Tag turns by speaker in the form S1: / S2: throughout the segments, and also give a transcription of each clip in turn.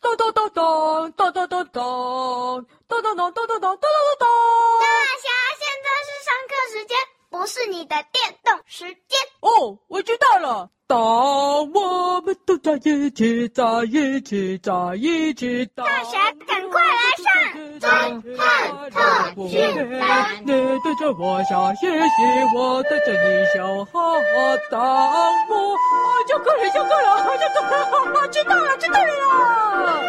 S1: 咚咚咚咚咚咚咚咚咚咚咚咚咚咚咚咚咚。
S2: 大侠，现在是上课时间，不是你的电动时间。
S1: 哦，我知道了。当我们都在一起，在一起，在一起。大
S2: 侠赶快来上
S1: 侦
S2: 探特训班
S1: 你对着我笑嘻嘻，我对着你笑哈哈。当我啊，就够了，就够了，就够了，我知道了，知道了啦。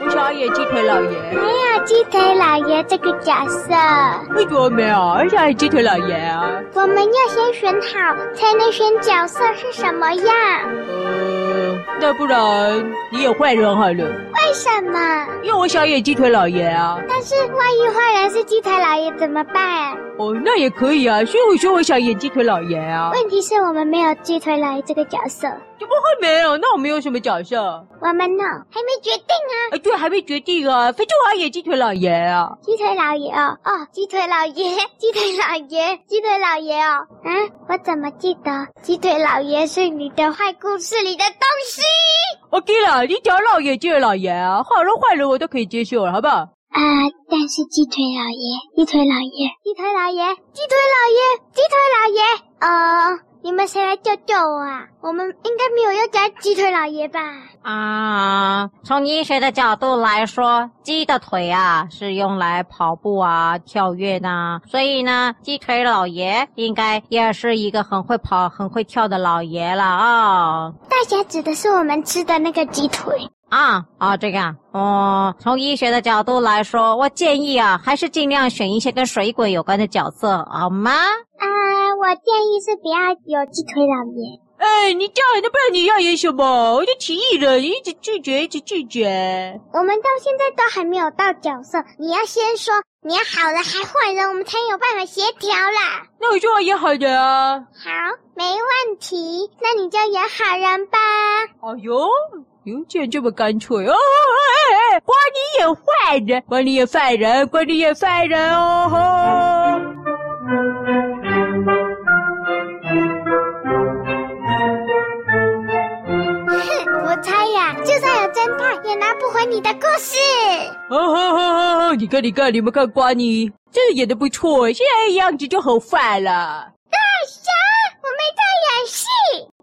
S1: 我是阿野鸡腿老爷，
S2: 没有鸡腿老爷这个角色，
S1: 为什么没有？是阿野鸡腿老爷啊。
S2: 我们要先选好，才能选角色是什么样。
S1: 呃，那不然你也坏人好了。
S2: 为什么？
S1: 因为我想演鸡腿老爷啊。
S2: 但是万一坏人是鸡腿老爷怎么办？
S1: 哦，那也可以啊，所以我说我想演鸡腿老爷啊。
S2: 问题是我们没有鸡腿老爷这个角色，
S1: 怎么会没有？那我们有什么角色？
S2: 我们呢还没决定啊。
S1: 哎，对，还没决定啊。反正我要演鸡腿老爷啊。
S2: 鸡腿老爷哦，哦，鸡腿老爷， 鸡腿老爷，鸡腿老爷哦，啊，我怎么记得鸡腿老爷是你的坏故事里的东西？
S1: OK 了，你只要让我演鸡腿老爷啊，好人坏人我都可以接受了，好不好？
S2: 啊、但是鸡腿老爷，鸡腿老爷，鸡腿老爷，鸡腿老爷，鸡腿老爷，呃，你们谁来救救我啊？我们应该没有要讲鸡腿老爷吧？
S3: 啊，从医学的角度来说，鸡的腿啊是用来跑步啊、跳跃呐、所以呢，鸡腿老爷应该也是一个很会跑、很会跳的老爷了啊、
S2: 大侠指的是我们吃的那个鸡腿。
S3: 啊啊，这个啊哦，从医学的角度来说，我建议啊，还是尽量选一些跟水鬼有关的角色，好吗？
S2: 啊、我建议是不要有鸡腿老爷。
S1: 哎，你这样，那不然你要演什么？我就提议了，你一直拒绝，一直拒绝。
S2: 我们到现在都还没有到角色，你要先说你要好人还坏人，我们才有办法协调啦。
S1: 那我就要演好人啊。
S2: 好，没问题，那你就演好人吧。
S1: 哎呦，哟，竟然这么干脆哦！哎哎哎，关你演坏人，关你演坏人，关你演坏人哦！吼！
S2: 哼，我猜呀，就算有侦探，也拿不回你的故事。哎
S1: 哦吼吼吼！你看，你看，你们看，关你真的演的不错，现在样子就很坏了。
S2: 大侠，我没在演戏。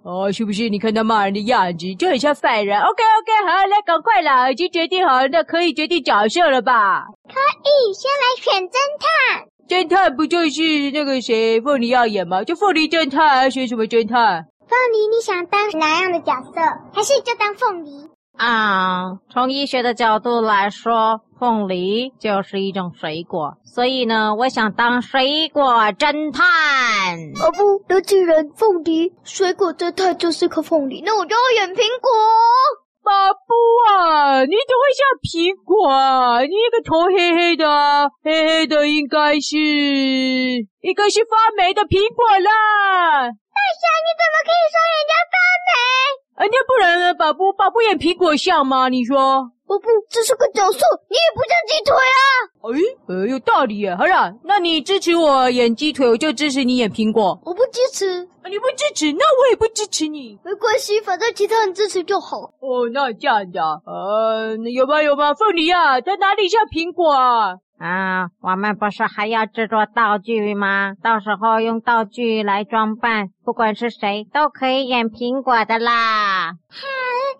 S1: 哦，是不是？你看他骂人的样子，就很像坏人。OK OK，好，来赶快啦，已经决定好了，那可以决定角色了吧？
S2: 咦，先来选侦探。
S1: 侦探不就是那个谁凤梨要演吗？就凤梨侦探，还选什么侦探？
S2: 凤梨，你想当哪样的角色？还是就当凤梨？
S3: 啊，从医学的角度来说，凤梨就是一种水果，所以呢，我想当水果侦探。
S2: 哦不，有几人凤梨，水果侦探就是颗凤梨，那我就要演苹果。
S1: 巴布啊，你怎么会像苹果啊？你那个头黑黑的啊，黑黑的应该是应该是发霉的苹果啦。
S2: 大侠，你怎么可以说人家发霉？
S1: 啊，那不然呢？巴布，巴布演苹果像吗？你说？
S2: 哦不，这是个角色，你也不像鸡腿啊！
S1: 哎，呃，有道理耶。好了，那你支持我演鸡腿，我就支持你演苹果。
S2: 我不支持，
S1: 啊你不支持，那我也不支持你。
S2: 没关系，反正其他人支持就好。
S1: 哦，那这样的啊，呃，有吗？有吗？凤梨啊，它哪里像苹果啊？
S3: 啊，我们不是还要制作道具吗？到时候用道具来装扮，不管是谁都可以演苹果的啦。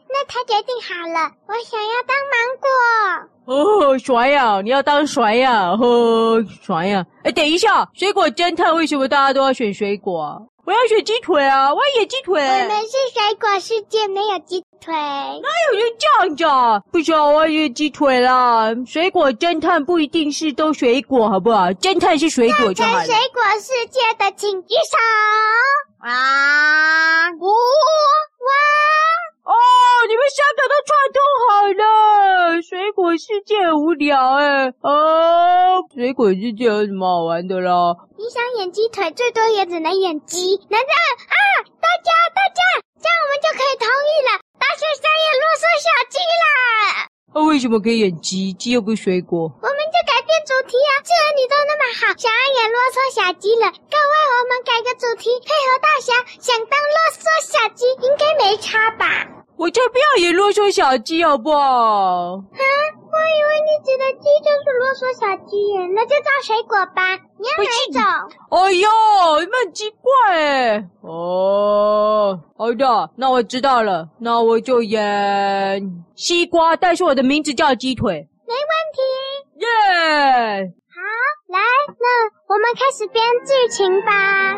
S2: 那他决定好了，我想要当芒果。
S1: 哦，甩呀、你要当甩呀、哦，甩呀、哎，等一下，水果侦探为什么大家都要选水果啊？我要选鸡腿啊！我要演鸡腿。
S2: 我们是水果世界，没有鸡腿。
S1: 有人这样子啊？不行，我要演鸡腿啦！水果侦探不一定是都水果，好不好？侦探是水果就好
S2: 全
S1: 了
S2: 水。果世界的请举手。
S3: 啊，
S2: 五哇！
S1: 哦，你们三个都串通好了。水果世界很无聊哎、哦，水果世界有什么好玩的啦？
S2: 你想演鸡腿，最多也只能演鸡。难道啊？大家大家，这样我们就可以同意了。大学生也啰嗦小鸡啦。
S1: 那、啊为什么可以演鸡？鸡又不是水果。
S2: 我们就改变主题啊！既然你都那么好，想要演啰嗦小鸡了，各位我们改个主题，配合大侠想当啰嗦小鸡，应该没差吧？
S1: 我才不要演啰嗦小鸡，好不好？
S2: 我以为你指的鸡就是啰嗦小鸡耶，那就照水果吧。你要
S1: 不
S2: 哪
S1: 是
S2: 一种？
S1: 哎呦，你们很奇怪哎。哦，好的，那我知道了，那我就演西瓜，但是我的名字叫鸡腿。
S2: 没问题。
S1: 耶、
S2: 来，那我们开始编剧情吧。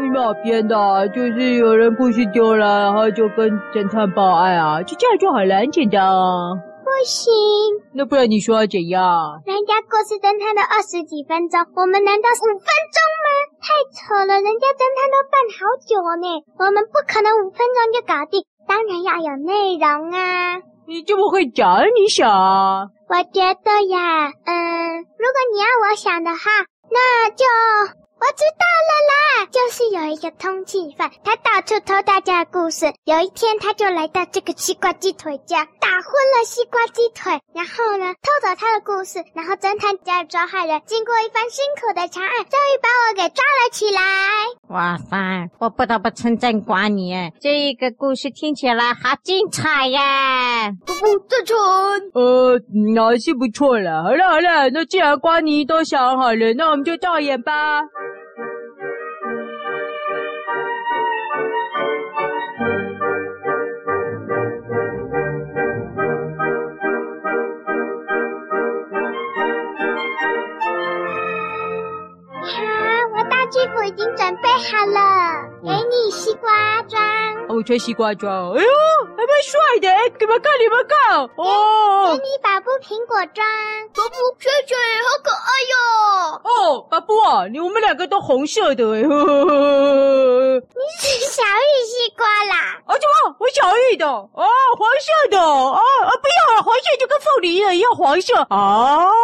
S1: 密码编的啊，就是有人故事丢了，然后就跟侦探报案啊，就这样就好了，很简单啊。
S2: 不行，
S1: 那不然你说要怎样？啊
S2: 人家故事侦探都二十几分钟，我们难道是五分钟吗？太扯了，人家侦探都办好久呢，我们不可能五分钟就搞定，当然要有内容啊。
S1: 你这么会讲，你想啊？
S2: 我觉得呀，嗯，如果你要我想的话，那就呃我知道了啦，就是有一个通缉犯，他到处偷大家的故事。有一天，他就来到这个西瓜鸡腿家，打昏了西瓜鸡腿，然后呢，偷走他的故事，然后侦探家的抓害人经过一番辛苦的查案，终于把我给抓了起来。
S3: 哇塞，我不得不称赞瓜你耶，这一个故事听起来好精彩耶！
S2: 不不，这纯
S1: 呃，嗯啊，是不错了。好了好了，那既然瓜妮都想好了，那我们就照演吧。
S2: 好，哎我大巨斧已经准备好了，给你西瓜装。
S1: 哦我穿西瓜装，哎呦，还蛮帅的！哎，给你们看，你们看，
S2: 给
S1: 哦
S2: 你把布苹果装，宝布圈圈好可爱哟、
S1: 哦，巴布啊，你我们两个都红色的，哎，呵呵呵呵
S2: 你是小玉西瓜啦？
S1: 啊，怎么？我小玉的，哦，黄色的，哦啊，不要了，黄色就跟凤梨一样黄色啊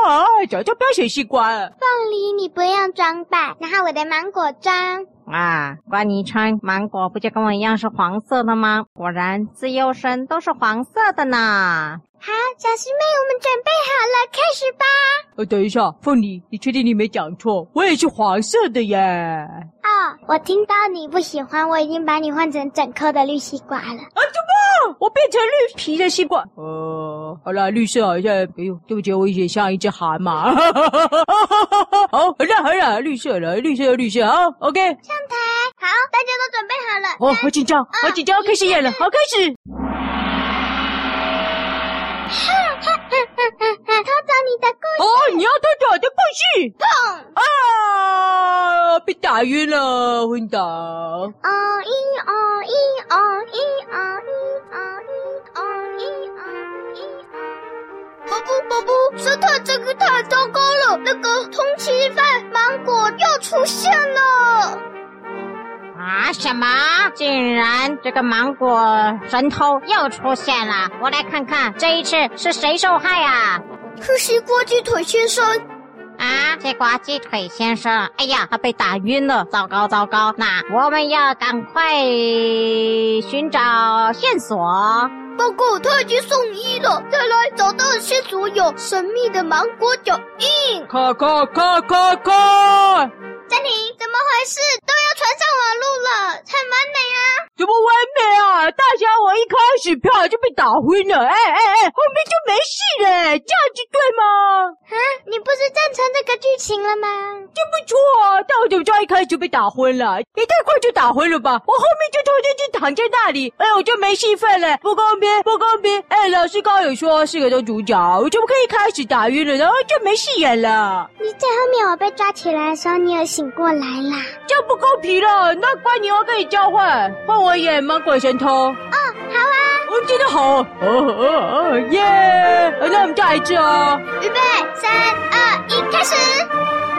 S1: 啊，早就不要选西瓜了。
S2: 凤梨你不用装吧？然后我的芒果装，
S3: 啊，瓜你穿芒果不就跟我一样是黄色的吗？果然自由身都是黄色的呢。
S2: 好，小师妹，我们准备好了，开始吧。
S1: 呃，等一下，凤梨，你确定你没讲错？我也是黄色的耶。啊，
S2: 哦，我听到你不喜欢，我已经把你换成整颗的绿西瓜了。
S1: 我变成绿皮的西瓜。呃，好了，绿色好像，哎呦，对不起，我有点像一只蛤蟆。 哦好，好了好了，绿色了，绿色绿色，好，OK。
S2: 好，大家都准备好了。
S1: 哦，好紧张，好紧张，开始演了，好开始。
S2: 偷走你的故
S1: 哦，你要偷走我的故事
S2: 事。
S1: 啊！被打晕了，昏倒。
S2: 哦一哦一哦一哦一哦一哦一哦一哦。宝布宝布，侦探这个太糟糕了，那个通缉犯芒果又出现了。
S3: 啊！什么？竟然这个芒果神偷又出现了！我来看看这一次是谁受害啊！
S2: 是西瓜鸡腿先生，
S3: 啊，这瓜鸡腿先生，哎呀，他被打晕了！糟糕糟糕！那我们要赶快寻找线索。
S2: 报告，他已经送医了。再来找到线索有神秘的芒果脚印。
S1: 咔咔咔咔咔！
S2: 暂停，怎么回事？都要传上网路了，很完美啊！
S1: 怎么完美啊！大侠，我一开始票就被打昏了，哎哎哎，后面就没事了，哎这样子对吗？
S2: 啊，你不是赞成这个剧情了吗？
S1: 真不错啊！但我怎么知道一开始就被打昏了？也太快就打昏了吧！我后面就偷偷就躺在那里，哎，我就没戏份了，不公平，不公平！哎，老师刚有说是个当主角，我怎么可以一开始打晕了，然后就没戏演了？
S2: 你在后面我被抓起来的时候，你有醒过来啦？
S1: 这样不公平了！那乖，你要跟你交换，换我演芒果神偷。
S2: 哦好啊，
S1: 我真的好，哦哦哦，耶！那我们再来一次哦。
S2: 预备，三二一，开始！